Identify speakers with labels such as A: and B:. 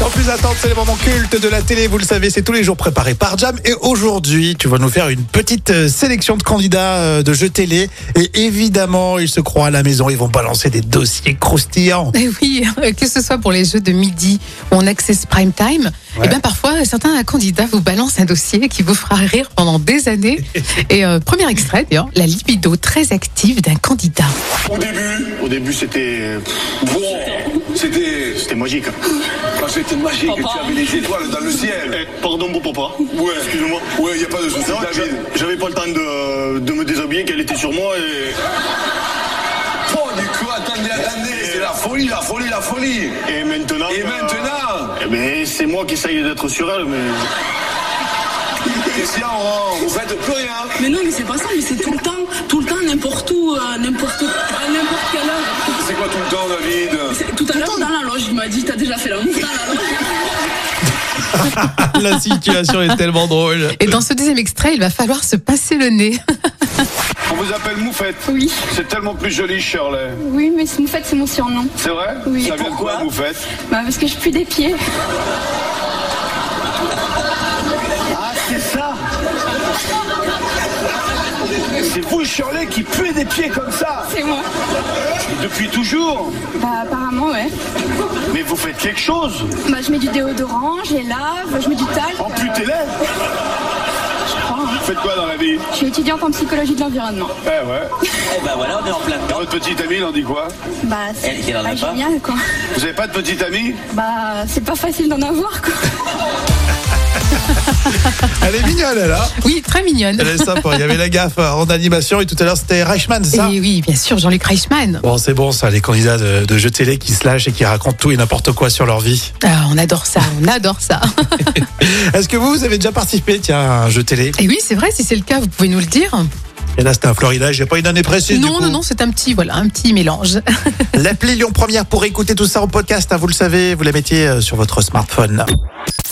A: Sans plus attendre, c'est le moment culte de la télé. Vous le savez, c'est tous les jours préparé par Jam. Et aujourd'hui, tu vas nous faire une petite euh, sélection de candidats euh, de jeux télé. Et évidemment, ils se croient à la maison. Ils vont balancer des dossiers croustillants.
B: Eh oui, que ce soit pour les jeux de midi ou en access prime time, eh bien parfois certains candidats vous balancent un dossier qui vous fera rire pendant des années. Et euh, premier extrait d'ailleurs, la libido très active d'un candidat.
C: Au début, au début c'était
D: Bon, c'était.
C: c'était magique.
D: Quand c'était magique,
C: Papa.
D: tu avais les étoiles dans le ciel.
C: Eh, Pardon mon papa.
D: Ouais.
C: Excuse-moi.
D: Ouais, y a pas de souci,
C: Non,
D: David.
C: j'a- J'avais pas le temps de, de me déshabiller qu'elle était sur moi et,
D: Oh, du coup, attendez, attendez, c'est la folie, la folie, la folie.
C: et maintenant.
D: Et
C: euh,
D: maintenant,
C: eh ben, c'est moi qui essaye d'être sur elle, mais.
D: et si on rend, vous faites plus rien.
E: Mais non, mais c'est pas ça, mais c'est tout le temps, tout le temps, n'importe où, euh, n'importe à n'importe quelle heure.
D: C'est quoi tout le temps, David
E: C'est- Tout à l'heure, dans la loge, il m'a dit, t'as déjà fait l'amour dans la loge.
A: la situation est tellement drôle.
B: Et dans ce deuxième extrait, il va falloir se passer le nez.
D: On vous appelle Moufette.
F: Oui.
D: C'est tellement plus joli, Shirley.
F: Oui, mais en fait, c'est mon surnom.
D: C'est vrai
F: Oui.
D: Ça vient de
F: Pourquoi
D: quoi, Moufette
F: Bah, parce que je pue des pieds.
D: Ah, c'est ça C'est vous, Shirley, qui puez des pieds comme ça
F: C'est moi.
D: Depuis toujours
F: Bah, apparemment, ouais.
D: Mais vous faites quelque chose
F: Bah, je mets du déodorant, je les lave, je mets du talc.
G: Oh,
D: En plus,
F: euh,
D: t'es laid
F: je crois, hein.
D: Faites quoi dans la vie
F: Je suis étudiante en psychologie de l'environnement.
D: Eh ouais.
G: Eh ben voilà, on est en plein
D: Et
G: dedans.
D: votre petite amie, elle en dit quoi
F: Bah,
G: Elle,
F: c'est
G: qui en a
F: pas
G: pas
F: génial, quoi.
D: Vous avez pas de petite amie
F: Bah, c'est pas facile d'en avoir, quoi.
A: Elle est mignonne, elle, hein
B: Oui, très mignonne.
A: Elle est sympa. Il y avait la gaffe euh, en animation. Et tout à l'heure, c'était Reichmann, c'est ça
B: Et oui, bien sûr, Jean-Luc Reichmann.
A: Bon, c'est bon, ça, les candidats de, de jeux télé qui se lâchent et qui racontent tout et n'importe quoi sur leur vie.
B: Ah, on adore ça, on adore ça.
A: Est-ce que vous, vous avez déjà participé, tiens, à un jeu télé
B: Et oui, c'est vrai, si c'est le cas, vous pouvez nous le dire.
A: Et là, c'était un florilège. J'ai pas une année précise. du
B: Non,
A: coup.
B: non, non, c'est un petit, voilà, un petit mélange.
A: L'appli Lyon Première pour écouter tout ça en podcast, hein, vous le savez, vous la mettiez euh, sur votre smartphone.